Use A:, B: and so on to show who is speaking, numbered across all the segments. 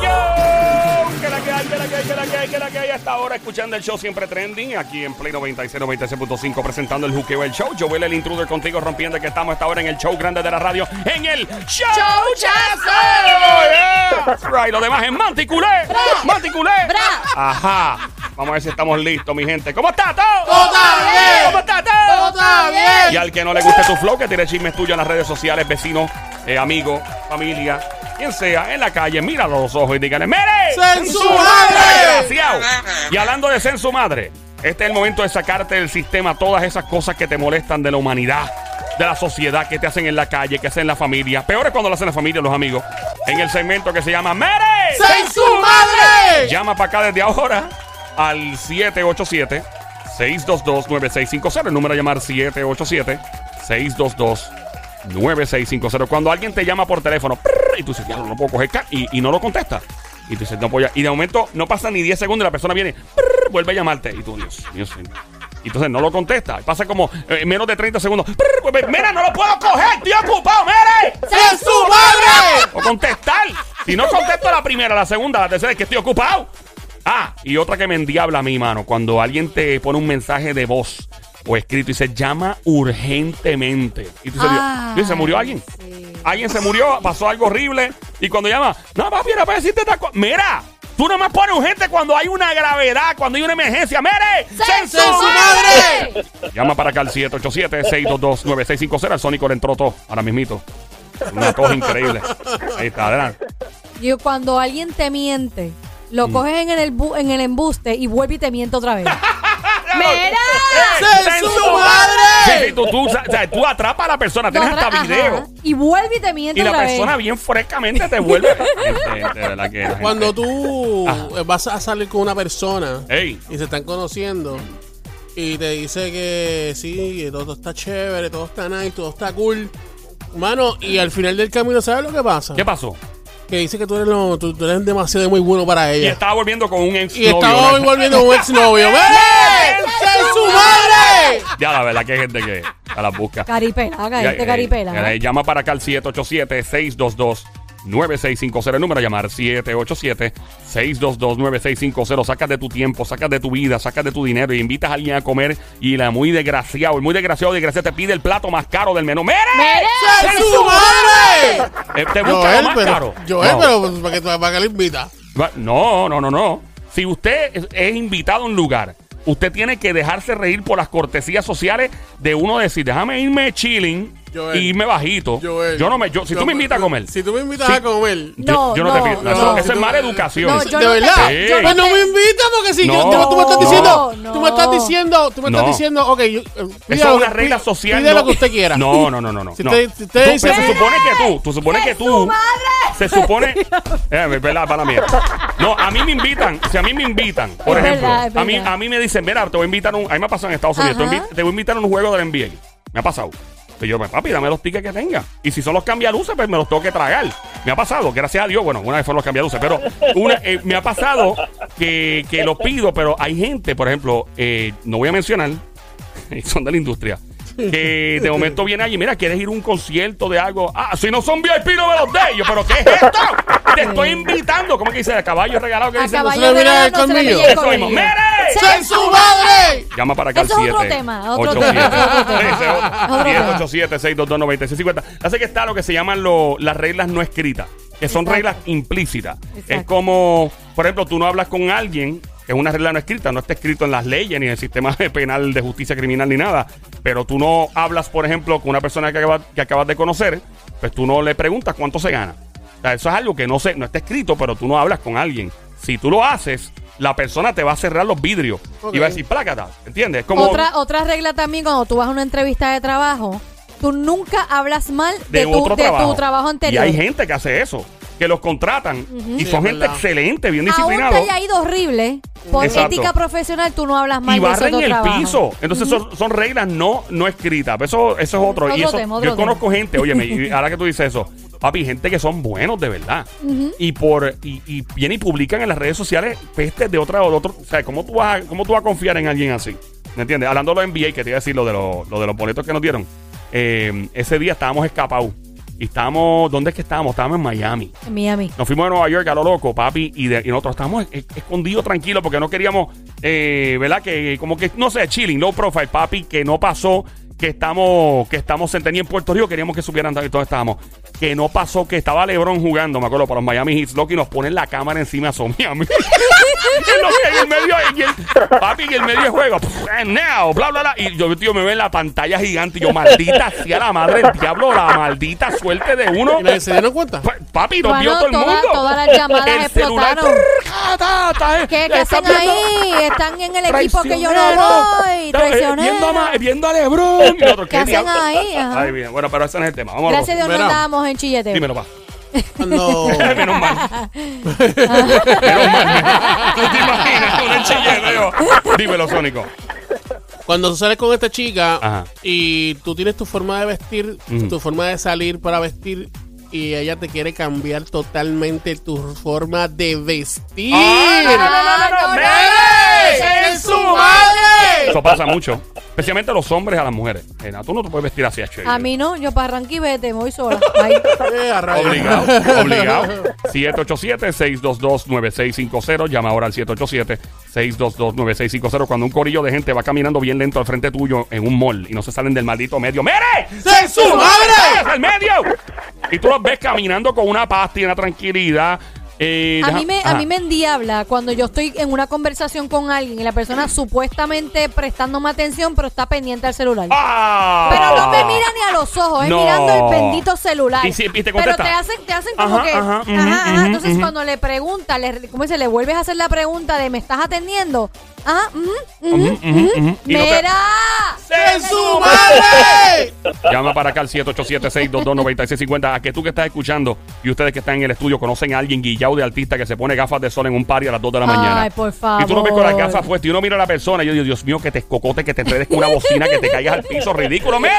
A: que la que hay, que la que hay, que la que hay, que la que hay. Hasta ahora escuchando el show siempre trending aquí en Play 96, 96.5 presentando el juqueo del show. Yo el intruder contigo rompiendo que estamos hasta ahora en el show grande de la radio en el show. Yeah. That's right. Lo demás es manticulé. Manticulé. Ajá. Vamos a ver si estamos listos, mi gente. ¿Cómo está todo? ¿Cómo está todo? Y al que no le guste tu flow, que tire chismes tuyos en las redes sociales, vecinos, eh, amigos, familia, quien sea, en la calle, míralo a los ojos y díganle, ¡Mere!
B: ¡Sen su
A: madre! Desgraciado. Y hablando de ser su madre, este es el momento de sacarte del sistema todas esas cosas que te molestan de la humanidad, de la sociedad, que te hacen en la calle, que hacen en la familia. Peor es cuando lo hacen en la familia, los amigos. En el segmento que se llama ¡Mere!
B: ¡Sen su madre!
A: Llama para acá desde ahora al 787 622 9650. El número a llamar 787 622 9650. Cuando alguien te llama por teléfono prrr, y tú dices, diablo, no puedo coger ca-", y, y no lo contesta. Y tú dices, no puedo ya. Y de momento no pasa ni 10 segundos y la persona viene, prrr, vuelve a llamarte. Y tú, Dios mío, señor. Y entonces no lo contesta. Pasa como eh, menos de 30 segundos. prrr, vuelve, Mira, no lo puedo coger, estoy ocupado, mire.
B: ¡Sen su madre!
A: O contestar. Si no contesto la primera, la segunda, la tercera, es que estoy ocupado. Ah, y otra que me endiabla a mi mano. Cuando alguien te pone un mensaje de voz o escrito y se llama urgentemente. Y tú se,
C: Ay,
A: se murió alguien.
C: Ah. sí.
A: Alguien se murió, pasó algo horrible. Y cuando llama, no, papi, era para decirte esta cosa. Mira, tú nomás pones urgente cuando hay una gravedad, cuando hay una emergencia. ¡Mere!
C: ¡Sen
B: ¡Sen su madre!
A: Llama para acá al 787-622-9650. El Sónico le entró todo, ahora mismito. Una cosa increíble. Ahí está, adelante.
C: Yo cuando alguien te miente, lo
A: Mm.
C: coges en el, bu- en el embuste y vuelve y te miente otra vez. ¡Mira!
B: ¡Sen su madre!
A: Sí, sí, tú, tú, o sea, tú atrapas a la persona, tienes
C: Lo
A: hasta
C: atrapas,
A: video.
C: ajá, Y vuelve y te miente
A: Y la
C: otra vez.
A: persona bien frescamente te vuelve. Gente, de verdad que la gente-
B: Cuando tú eh, vas a salir con una persona
A: Ey.
B: y se están conociendo y te dice que sí, que todo está chévere, todo está nice, todo está cool. Mano, y al final del camino, ¿sabes lo que pasa?
A: ¿Qué pasó?
B: Que dice que tú eres, lo- tú, tú eres demasiado muy bueno para
A: Y
B: ella.
A: estaba volviendo con un ex
B: Y estaba hoy volviendo un exnovio. ¡Ey! ¡Sen su madre!
A: Ya, la verdad que hay gente que a las busca.
C: Caripela, haga
A: Ya,
C: este
A: eh,
C: caripela.
A: ya, eh, llama para acá al 787-622-9650. El número a llamar 787-622-9650. Sacas de tu tiempo, sacas de tu vida, sacas de tu dinero y invitas a alguien a comer. Y la muy desgraciado, el muy desgraciado, desgraciado te pide el plato más caro del menú. ¡Mere!
C: ¡Mere!
B: ¡Sen su madre!
A: Eh, te busca lo
B: Joel,
A: más
B: pero,
A: caro.
B: Joel,
A: No.
B: pero pues, ¿para que, para que le invita?
A: Va- No, no, no, no. Si usted es, es invitado a un lugar, usted tiene que dejarse reír por las cortesías sociales de uno decir, déjame irme chilling
B: Joel.
A: y irme bajito.
B: Joel.
A: yo no me, yo- si tú me invitas a comer,
B: Si tú me invitas
A: Sí.
B: a comer.
A: yo,
C: No,
A: yo no, te
C: no,
A: pido.
C: no.
A: Eso, eso
B: Si
A: es
B: tú-
A: mala educación.
C: No,
B: Sí,
C: yo
B: de
C: no te-
B: verdad.
A: Sí.
C: yo
B: Pues no
C: te-
B: me invitas porque si
A: No.
B: yo, tú, tú me estás
A: No,
B: diciendo,
C: no.
B: tú me estás diciendo, tú me
A: No.
B: estás diciendo, ok, yo, eh,
A: Eso
B: pida
A: es
B: lo
A: una
B: que-
A: regla
B: pi-
A: social.
B: Pide
A: no-
B: lo que usted quiera.
A: No, no, no, no. no.
B: Si
A: no.
B: usted- si usted
A: Tú-
B: dice-
A: pero se supone que tú, tú supone que tú.
C: su madre!
A: Se supone. Eh, es verdad, para mía. No, a mí me invitan. Si a mí me invitan, por
C: Es
A: ejemplo,
C: verdad, es
A: a, mí,
C: verdad.
A: a mí me dicen, mira, te voy a invitar a un. A mí me ha pasado en Estados Unidos. Te,
C: Ajá.
A: invi- te voy a invitar a un juego del NBA. Me ha pasado. Y yo, "Pues, papi, dame los tickets que tenga. Y si son los cambialuces, pues me los tengo que tragar. Me ha pasado, gracias a Dios. Bueno, una vez fueron los cambialuces, pero una, eh, me ha pasado que, que los pido, pero hay gente, por ejemplo, eh, no voy a mencionar, y son de la industria. Que de momento viene allí, mira, quieres ir a un concierto de algo. Ah, si no son VIP, no me los de ellos, pero ¿qué es esto? Te estoy invitando. ¿Cómo que dice? A caballo regalado. ¿Qué
C: A
A: dice?
C: caballo
B: se le mira
C: regalado
B: el
C: no se le
B: colmillo.
C: mide el
A: Eso mismo.
C: colmillo.
A: ¡Mere!
C: Sí.
B: ¡Sen su madre!
A: Llama para acá al
C: Eso es otro
A: 7.
C: tema, otro
A: 87.
C: tema, otro tema.
A: Sí, ese es otro.
C: Otro tema.
A: 787 622 9650 Así que está lo que se llaman lo- las reglas no escritas, que son
C: Exacto.
A: reglas implícitas.
C: Exacto.
A: Es como, por ejemplo, tú no hablas con alguien, es una regla no escrita, no está escrito en las leyes ni en el sistema penal de justicia criminal ni nada, pero tú no hablas, por ejemplo, con una persona que, acaba- que acabas de conocer, pues tú no le preguntas cuánto se gana. O sea, eso es algo que no, se, no está escrito, pero tú no hablas con alguien. Si tú lo haces, la persona te va a cerrar los vidrios y
B: Ok.
A: va a decir, plácata, ¿entiendes? Es como
C: Otra, otra regla también cuando tú vas a una entrevista de trabajo, tú nunca hablas mal de,
A: de
C: tu,
A: otro
C: de tu
A: trabajo.
C: trabajo anterior.
A: Y hay gente que hace eso, que los contratan y
B: Sí,
A: son gente
B: es verdad.
A: excelente, bien
C: Aún te
A: disciplinada.
C: haya ido horrible, por
A: Exacto.
C: ética profesional tú no hablas mal
A: Y
C: de ese
A: barren
C: otro
A: el
C: trabajo.
A: piso. Entonces son, son reglas no, no escritas. Pero Eso, eso es otro. y
C: Otro
A: eso,
C: tema, otro
A: yo conozco
C: tema.
A: gente, oye, ahora que tú dices eso, papi, gente que son buenos de verdad. Y por y, y vienen y publican en las redes sociales pestes de otra o de otro. O sea, ¿cómo tú vas a, cómo tú vas a confiar en alguien así? ¿Me entiendes? Hablando de los NBA, que te iba a decir lo de, los- lo de los boletos que nos dieron. eh, ese día estábamos escapados. Y estábamos, ¿dónde es que estábamos? Estábamos en Miami.
C: En Miami.
A: Nos fuimos a Nueva York a lo loco, papi, y, de- y nosotros estábamos es- escondidos tranquilos porque no queríamos, eh, ¿verdad? Que como que, no sé, chilling, low profile, papi, que no pasó, que estamos, que estamos sentados ni en Puerto Rico, queríamos que supieran y todos estábamos. Que no pasó, que estaba Lebron jugando, me acuerdo, para los Miami Heat, loco, y nos ponen la cámara encima a Miami. Y lo que en el medio, en el- papi, en el medio de juego, pff, and now, bla, bla, bla. Y yo, tío, me ve en la pantalla gigante y yo, maldita sea la madre del diablo, la maldita suerte de uno.
B: ¿Y nadie se dieron cuenta?
A: Pa- Pues, Papi, nos
C: Mano,
A: vio todo el
C: toda-
A: mundo.
C: todas las llamadas
A: El celular,
C: explotaron.
A: prr, ta, ta, ta,
C: ¿Qué,
A: está
C: qué hacen
A: viendo-
C: ahí? Están en el equipo que yo no
A: Traicionero. Está,
C: voy.
A: eh, Viendo a,
C: Traicionero.
A: Ma- viendo a Lebron. Y el otro, ah,
C: ¿Qué hacen
A: diablo?
C: ahí? Ajá.
A: Ay, bien. Bueno, pero ese no es el tema. Vamos a
C: Gracias a Dios no
B: Verá.
C: andábamos en chilleteo.
A: Dímelo, va.
B: Cuando,
A: Menos mal. Menos mal. ¿Tú te imaginas? Un chilleteo. Dímelo, Sónico.
B: cuando tú sales con esta chica
A: Ajá.
B: y tú tienes tu forma de vestir,
A: Ujú.
B: tu forma de salir para vestir y ella te quiere cambiar totalmente tu forma de vestir.
A: Ah,
C: no, no, no, no.
A: ¡Mere!
B: ¡Eres su madre!
A: Eso pasa mucho. Especialmente a los hombres, a las mujeres. Eh, no, tú no te puedes vestir así, chévere.
C: A mí no, yo para y vete, me voy sola. Bye.
B: Eh, a rayos.
A: Obligado, obligado. 787-622-9650. Llama ahora al 787-622-9650. Cuando un corillo de gente va caminando bien lento al frente tuyo en un mall y no se salen del maldito medio. ¡Mere!
B: ¡Sé su madre!
A: ¡Al medio! Y tú los ves caminando con una paz y una tranquilidad. eh,
C: A
A: deja-
C: mí, me, a
A: Ajá.
C: mí me endiabla cuando yo estoy en una conversación con alguien y la persona supuestamente prestándome atención, pero está pendiente al celular.
A: ¡Ah!
C: Pero no me mira ni a los ojos, es
A: No.
C: mirando el bendito celular.
A: Y si- y te
C: pero
A: contesta.
C: te hacen, te hacen como
A: Ajá,
C: que.
A: ajá,
C: Ajá,
A: ujú,
C: ajá.
A: ujú,
C: Entonces
A: ujú.
C: cuando le preguntas, le, ¿cómo se le vuelves a hacer la pregunta de ¿me estás atendiendo? Ajá, ujú, ujú,
A: Ujú, ujú, ujú. Y no te-
C: ¡Mira!
A: ¡Se
B: su madre!
A: Llama para acá al 787-622-9650. A que tú que estás escuchando y ustedes que están en el estudio conocen a alguien guillado de artista que se pone gafas de sol en un party a las 2 de la
C: Ay,
A: mañana.
C: por
A: Y tú no ves con las
C: favor.
A: gafas puestas y uno mira a la persona y yo digo, Dios mío, que te escocote, que te enredes con una bocina, que te caigas al piso, ridículo. ¡Mire!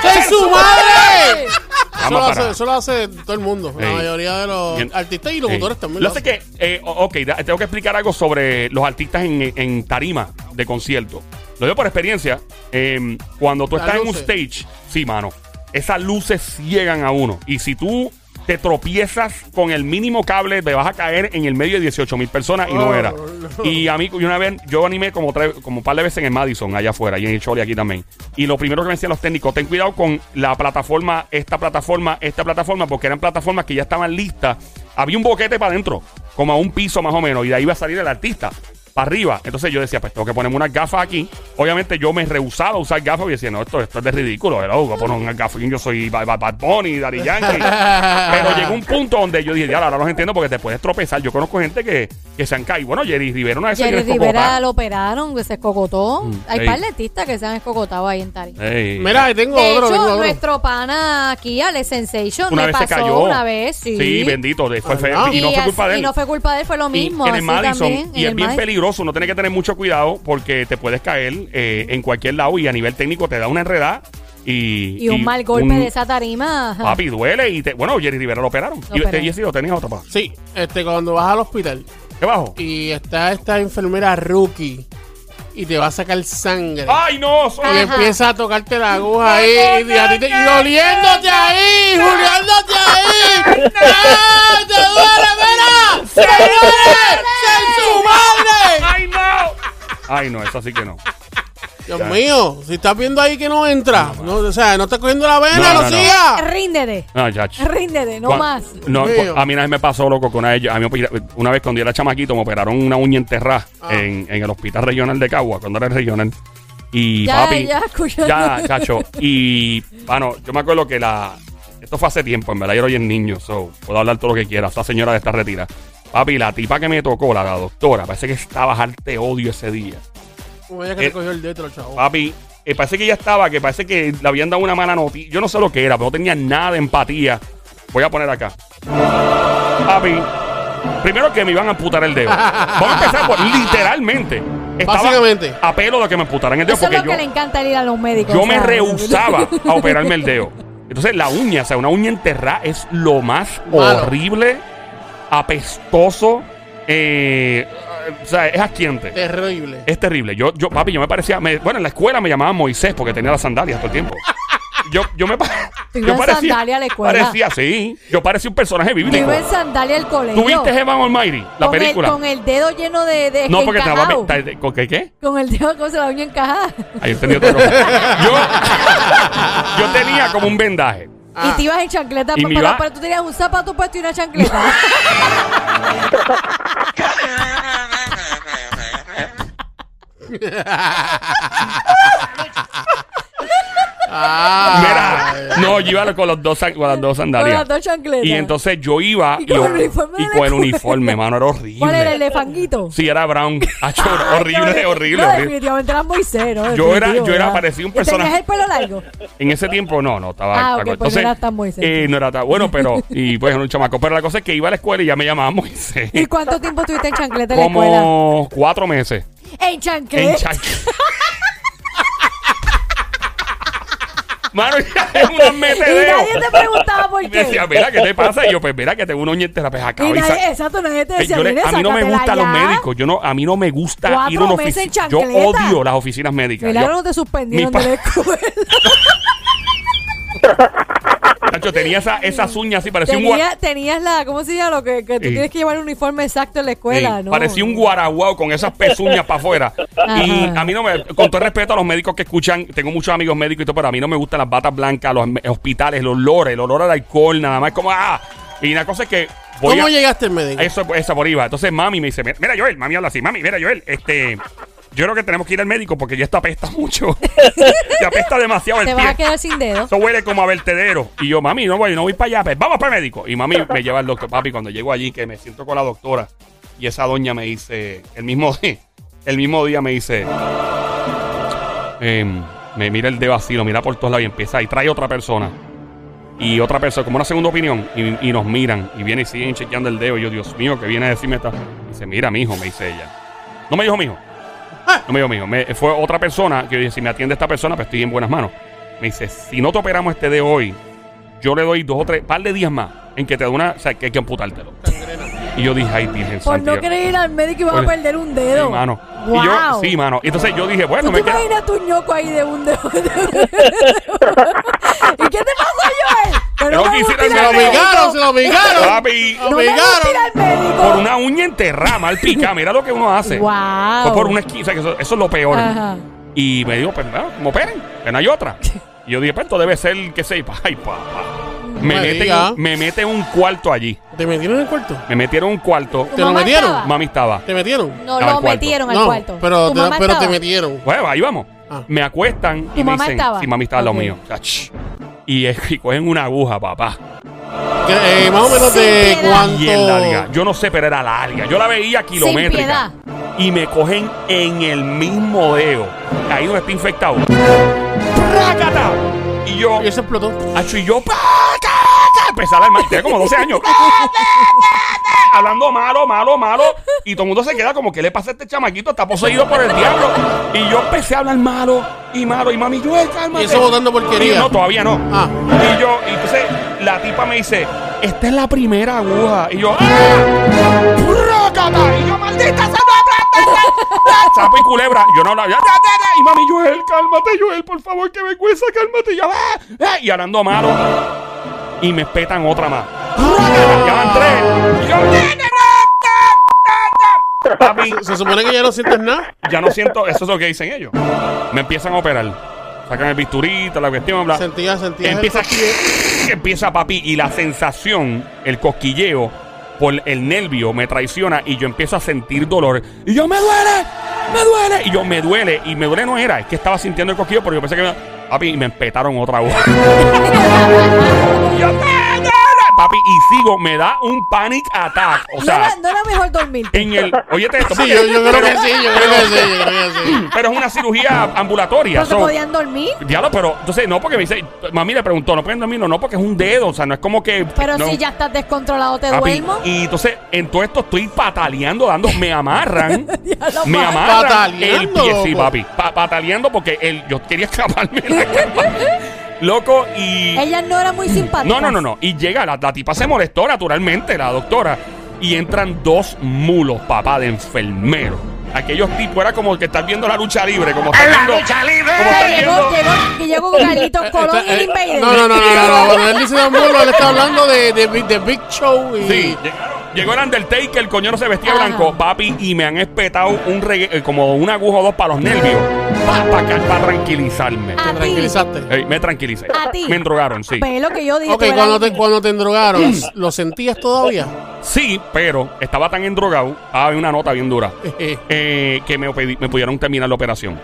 B: ¡Sé su madre! Eso lo,
A: Vamos para.
B: hace, eso lo hace todo el mundo. La
A: Ey.
B: mayoría de los
A: Bien.
B: artistas y locutores
A: Sí.
B: también.
A: Lo
B: Lo
A: sé
B: hacen.
A: que, eh, o- ok, da- tengo que explicar algo sobre los artistas en, en tarima de concierto. Lo digo por experiencia. eh, cuando tú
B: Las
A: estás
B: luces.
A: en un stage, sí, mano, esas luces llegan a uno. Y si tú te tropiezas con el mínimo cable, te vas a caer en el medio de 18 mil personas y no
B: Oh,
A: era.
B: no.
A: Y a mí, y una vez, yo animé como, tres- como un par de veces en el Madison, allá afuera, y en el Choli aquí también. Y lo primero que me decían los técnicos, ten cuidado con la plataforma, esta plataforma, esta plataforma, porque eran plataformas que ya estaban listas. Había un boquete para adentro, como a un piso más o menos, y de ahí iba a salir el artista. Para arriba. Entonces yo decía, pues tengo que ponerme unas gafas aquí. Obviamente yo me rehusaba a usar gafas y decía, no, esto, esto es de ridículo. Era, voy a poner unas gafas. Yo soy Bad, Bad- Bad Bunny, Daddy Yankee.
C: Ah.
A: Pero llegó un punto donde yo dije, ya, ahora los entiendo porque te puedes tropezar. Yo conozco gente que, que se han caído. Bueno, Jerry Rivera una vez se
C: Jerry
A: dio escopota.
C: Rivera lo operaron, que se escocotó. Hay
A: Mm, ey.
C: par de artistas que se han escocotado ahí en Tari.
A: Ey.
B: Mira, ahí tengo
C: De
B: otro.
C: hecho,
B: tengo otro.
C: nuestro pana aquí, Alex Sensation,
A: una
C: le
A: vez
C: pasó
A: se cayó.
C: una vez, sí.
A: bendito. de- fue
B: Ah,
A: feo,
B: no.
A: Y no fue
C: así-
A: culpa de él.
C: Y no fue culpa de él, fue lo
A: Y
C: mismo.
A: en
C: así
A: el Madison.
C: también,
A: y es
C: en el
A: bien
C: Madison.
A: peligroso. Uno tiene que tener mucho cuidado porque te puedes caer eh, en cualquier lado y a nivel técnico te da una enredada. Y,
C: Y un mal golpe
A: un-
C: de esa tarima. ajá.
A: Papi, duele. y te, Bueno, Jerry Rivera lo operaron.
C: Lo
A: y este
C: operaron.
A: Jesse lo tenías otra parte.
B: Sí, este, cuando vas al hospital
A: ¿Qué bajo?
B: y está esta enfermera rookie y te va a sacar sangre.
C: Ah,
A: ¡Ay, no!
B: Y
A: Soy...
B: empieza a tocarte la aguja ahí y, a ti te- y doliéndote ahí, juliándote ahí. ¡Ah, ¡Te duele, mira! ¡Señores! ¡Sé su madre!
A: ¡Ay, no! Ay, no, eso sí que no.
B: Dios mío, si estás viendo ahí que no entra, no, o sea, no estás cogiendo la
A: No,
B: vena,
A: no,
B: no,
A: no.
B: siga.
C: Ríndete,
A: No, chacho.
C: ríndete, no
A: Cuan-
C: más.
A: No,
B: Dios mío.
A: cu- a mí una vez me pasó, loco, que una vez, yo- a mí me- una vez cuando yo era chamaquito me operaron una uña enterrada en, en el hospital regional de Cagua, cuando era regional. Y
C: Ya,
A: papi,
C: ya, escuchando.
A: ya, chacho. Y, bueno, yo me acuerdo que la... Esto fue hace tiempo, en verdad, yo era bien niño, so, puedo hablar todo lo que quiera. Esa señora de esta retira. Papi, la tipa que me tocó, la, la doctora, parece que estaba bajarte odio ese día.
B: Como ella que
A: Eh,
B: te cogió el dedo, chavo.
A: Papi, eh, parece que ya estaba, que parece que le habían dado una mala noticia. Yo no sé lo que era, pero no tenía nada de empatía. Voy a poner acá. Papi, primero que me iban a amputar el dedo. Vamos a empezar por literalmente. Estaba
B: Básicamente.
A: A pelo de que me amputaran el dedo
C: Eso es
A: porque
C: lo que
A: yo,
C: le encanta ir a los médicos.
A: yo
C: o
A: me
C: sea,
A: rehusaba a operarme el dedo. Entonces, la uña, o sea, una uña enterrada es lo más
B: Malo.
A: horrible, apestoso, eh, o sea, es asquiente.
B: Terrible.
A: Es terrible. Yo, yo, papi, yo me parecía. me- bueno, en la escuela me llamaban Moisés porque tenía las sandalias todo el tiempo. yo, yo me pa-
C: Tú ibas
A: yo
C: en
A: parecía,
C: sandalia a la escuela.
A: parecía, sí. Yo parecía un personaje
C: Yo
A: bíblico.
C: iba en sandalia al colegio.
A: ¿Tuviste Evan Almighty, la
C: con
A: película?
C: El, con el dedo lleno de. de
A: no, porque estaba...
C: encajado.
A: está- ¿Con qué qué?
C: Con el dedo con la uña encajada.
A: Ahí entendí otra cosa. Yo, yo tenía como un vendaje.
C: Y te ibas en chancleta
A: Y
C: pa-
A: me
C: para,
A: iba-
C: para- tú tenías un zapato puesto y una chancleta.
B: Ah,
A: Mira, no, yo iba con, los dos, san- con las dos
C: con las
A: sandalias.
C: dos chancletas.
A: Y entonces yo iba
C: Y con el uniforme
A: y
C: de la
A: con el
C: escuela.
A: uniforme, mano, era
C: ¿Cuál era el
A: horrible.
C: de fanguito?
A: Sí, era brown. Hacho,
C: Ay, qué
A: horrible, horrible,
C: horrible. No,
A: horrible.
C: definitivamente eran muy cero.
A: Yo era-
C: definitivo,
A: yo era-
C: ¿verdad?
A: parecía un
C: ¿Y tenías
A: personaje-
C: el pelo largo?
A: En ese tiempo no, no estaba.
C: Ah,
A: estaba
C: ok,
A: corto.
C: pues no era tan Moisés.
A: eh, no era tan bueno, pero. Y pues era un chamaco. Pero la cosa es que iba a la escuela y ya me llamaba Moisés.
C: ¿Y cuánto tiempo estuviste en chancleta en la escuela?
A: Como cuatro meses.
C: En
A: En
C: chancleta.
A: Chac. Mano, ya es una
C: y
A: metedeo.
C: nadie te preguntaba por
A: Y
C: qué.
A: me decía, mira, ¿qué te pasa? Y yo, pues, mira, que tengo una uña entera pues, acá.
C: Y
A: y sa-
C: nadie, exacto, nadie te
A: Ey,
C: decía,
A: yo le-
C: "Mire,
A: a mí no me
C: sácatela
A: gustan los
C: ya".
A: médicos. Yo no, a mí no me gusta
C: Cuatro
A: ir a una
C: meses en
A: oficina. Yo
C: chancleta.
A: odio las oficinas médicas.
C: Milagro
A: Yo,
C: no te suspendieron
A: mi pa-
C: de la escuela.
A: Nacho, tenía esa, esas uñas así, parecía un
C: Tenía-
A: guar-
C: tenías la, ¿cómo se llama? Lo que, que tú
A: Sí.
C: tienes que llevar el uniforme exacto en la
A: Sí,
C: escuela, ¿no?
A: Parecía un guaraguao con esas pezuñas para afuera. Y
C: Ajá.
A: a mí no me, con todo el respeto a los médicos que escuchan, tengo muchos amigos médicos y todo, pero a mí no me gustan las batas blancas, los me- hospitales, los olores, el olor al alcohol, nada más como ah. Y la cosa es que voy
B: ¿Cómo
A: a-
B: llegaste al médico?
A: Eso, esa por ahí va. Entonces mami me dice, mira Joel, mami habla así, mami, mira Joel, este, yo creo que tenemos que ir al médico porque ya esta apesta mucho. ya apesta demasiado el
C: Te
A: pie.
C: vas a quedar sin dedo.
A: Eso huele como a vertedero. Y yo, mami, no voy, no voy para allá. Pues, vamos para el médico. Y mami me lleva al doctor. Papi, cuando llego allí, que me siento con la doctora. Y esa doña me dice, el mismo día, el mismo día me dice, em, me mira el dedo así, lo mira por todos lados y empieza. Y trae otra persona. Y otra persona, como una segunda opinión. Y, y nos miran. Y viene y siguen chequeando el dedo. Y yo, Dios mío, que viene a decirme esta. Dice, mira, mijo, me dice ella. No me dijo, mijo. No me dijo, mijo. Me, fue otra persona que yo dije, si me atiende esta persona, pues estoy en buenas manos. Me dice, si no te operamos este de hoy, yo le doy dos o tres, par de días más en que te da una, o sea, que hay que amputártelo. Y yo dije, ay, Virgen
C: Por
A: Santa,
C: no querer ir al médico y vas a
A: Oye,
C: perder un
A: Sí,
C: dedo.
A: mano.
C: Wow.
A: Y yo, sí, mano. Entonces yo dije,
C: ¿Tú
A: bueno,
C: te
A: me queda.
C: imaginas tu ñoco ahí de un dedo? ¿Y qué te pasó, Joel? Que
A: Pero
C: me
A: quisieran
C: gusta
A: que
C: ir
B: Se
C: al
B: lo
A: Médico.
B: obligaron, se lo obligaron.
A: Papi,
B: lo
C: No me gusta
B: obligaron.
C: ir al médico.
A: por una uña enterrada, mal pica, mira lo que uno hace.
C: Wow.
A: Fue por una esquina, o sea, que eso, eso es lo peor.
C: Ajá.
A: Y me dijo, pues, bueno, como operen, que no hay otra. Y yo dije, pues, esto debe ser, qué sé, ay, papá. Me,
B: No me
A: meten-
B: diga.
A: me meten un cuarto allí.
B: ¿Te metieron en el cuarto?
A: Me metieron un cuarto.
C: ¿Tu
B: ¿Te lo
C: mamá
B: metieron?
C: estaba?
A: Mami estaba.
B: ¿Te metieron?
C: No,
A: Al
C: lo
A: cuarto.
C: metieron al
B: no,
C: cuarto.
B: pero,
C: ¿Tu
B: te,
C: mamá
B: pero te
C: estaba?
B: metieron.
A: Bueno, pues, ahí vamos.
B: Ah.
A: Me acuestan
C: ¿Tu
A: y me
C: mamá
A: dicen,
C: estaba?
A: sí, mami estaba al lado
C: Ok.
A: mío. Ach. Y, eh, y cogen una aguja, papá.
B: Que, eh, más o menos
C: Sin
B: de
C: piedad.
A: Bien larga.
B: cuánto.
A: Yo no sé, pero era larga. Yo la veía
C: Sin
A: kilométrica.
C: piedad.
A: Y me cogen en el mismo dedo. Ahí donde está infectado. ¡Prácata! Y yo,
B: Y se explotó.
A: acho, y yo, ¡prácata! Empecé a alarmar. Tenía como 12 años. Hablando malo, malo, malo. Y todo el mundo se queda como, ¿qué le pasa a este chamaquito? Está poseído por el diablo. Y yo empecé a hablar malo y malo. Y mami, yo, cálmate.
B: Y eso botando porquería.
A: Y no, todavía no.
B: Ah.
A: Y yo, y entonces la tipa me dice, esta es la primera aguja. Y yo, ¡ah! ¡Rócata! Y yo, maldita sea la plata. Sapo y culebra. Yo no hablaba. ya, ya, ya, ya. Y mami, Joel, cálmate, Joel, por favor, que me cuesta, cálmate. Y yo, ¡ah! ¡Ah! Y hablando malo. Y me petan otra más. ¡Rócata! Ya van tres. Y yo, ¡nene, rócata! Papi,
B: Se supone que ya no sientes nada.
A: ya no siento, eso es lo que dicen ellos. Me empiezan a operar. Sacan el bisturita, la cuestión, bla.
B: Sentías, sentías.
A: Empieza, empieza papi y la sensación, el cosquilleo por el nervio me traiciona y yo empiezo a sentir dolor. Y yo me duele, me duele. Y yo me duele. Y me duele no era, es que estaba sintiendo el cosquillo porque yo pensé que me... Papi, y me empetaron otra aguja. Y yo, "Me duele". Papi, y sigo, me da un panic attack. O
C: no,
A: sea,
C: era, no era mejor dormir.
A: en el... Oye, esto.
B: Sí, yo, yo creo que sí, yo creo que sí, yo creo que sí.
A: Pero es una cirugía ambulatoria.
C: ¿No se
A: so-
C: podían dormir?
A: Diablo, pero entonces no, porque me dice, mami le preguntó, no pueden dormir, no, no, porque es un dedo, o sea, no es como que.
C: Pero
A: no,
C: si ya estás descontrolado, te
A: papi.
C: duermo.
A: Y entonces, en todo esto estoy pataleando, dando, me amarran.
C: Diablo,
A: me
C: madre.
A: amarran. El
B: Pataleando,
A: pie, sí,
B: loco.
A: papi. pa- pataleando porque el, yo quería escaparme. de la cama. Loco, y.
C: Ellas no eran muy simpáticas.
A: No, no, no, no. Y llega, la, la tipa se molestó naturalmente, la doctora. Y entran dos mulos, papá, de enfermero. Aquellos tipos era como que estás viendo la lucha libre, como estás
D: ¡En la
A: viendo,
D: lucha libre!
A: como estás
C: Llegó,
A: viendo-
C: llegó, que llegó con Carlitos Colón y el
B: Eh,
C: Invader.
B: No, no, no, no, no, no. Cuando él dice Don Molo, él está hablando de, de, Big- de Big Show y.
A: Sí, llegaron- llegó el Undertaker, el coño no se vestía
C: Ajá.
A: blanco, papi, y me han espetado un regue- eh, como una aguja o dos para los nervios, para tranquilizarme.
C: A ti.
B: Tranquilizaste.
A: Ey, me tranquilicé.
C: Ah. ¿A ti?
A: Me endrogaron, sí.
C: Ve lo que yo dije.
B: Ok,
C: tú eras-
B: cuando te, cuando te drogaron, ¿lo sentías todavía?
A: Sí, pero estaba tan endrogado, ah, hay una nota bien dura,
B: Jeje.
A: eh, que me, pedí- me pudieron terminar la operación.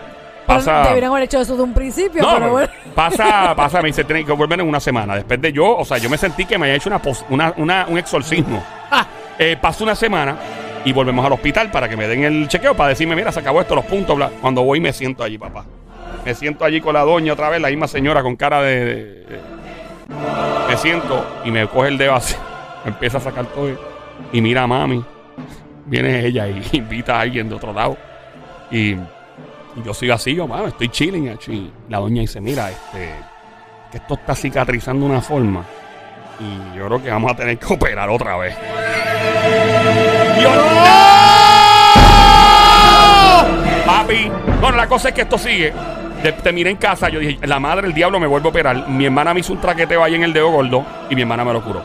C: Pero
A: Pasa...
C: Deberían haber hecho eso de un principio,
A: No,
C: pero bueno.
A: pasa, pasa, me dice, tiene que volver en una semana. Después de yo, o sea, yo me sentí que me había hecho una, pos- una, una- un exorcismo.
C: Ah.
A: Eh, pasó una semana y volvemos al hospital para que me den el chequeo, para decirme, mira, se acabó esto, los puntos. bla. Cuando voy me siento allí, papá. Me siento allí con la doña otra vez, la misma señora con cara de... de- de- me siento y me coge el dedo así, me empieza a sacar todo y mira a mami. Viene ella y invita a alguien de otro lado. Y... Y yo sigo así, yo, mano, estoy chilling. hecho, Y la doña dice, mira, este, que esto está cicatrizando de una forma. Y yo creo que vamos a tener que operar otra vez. Y yo, ¡No! Papi. Bueno, la cosa es que esto sigue. De- te miré en casa, yo dije, la madre del diablo me vuelve a operar. Mi hermana me hizo un traqueteo ahí en el dedo gordo y mi hermana me lo curó.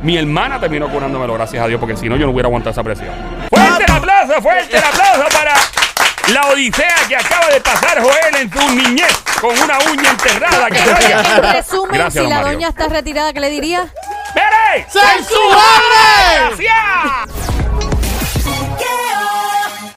A: Mi hermana terminó curándomelo, gracias a Dios, porque si no yo no hubiera aguantado esa presión. ¡Fuerte el aplauso! ¡Fuerte el aplauso para la odisea que acaba de pasar Joel en su niñez con una uña enterrada! que
C: En
A: vaya!
C: resumen,
A: Gracias,
C: si
A: don
C: la
A: Mario.
C: doña está retirada, ¿qué le diría?
A: ¡Mire!
B: ¡Sensuales!
A: ¡Gracias!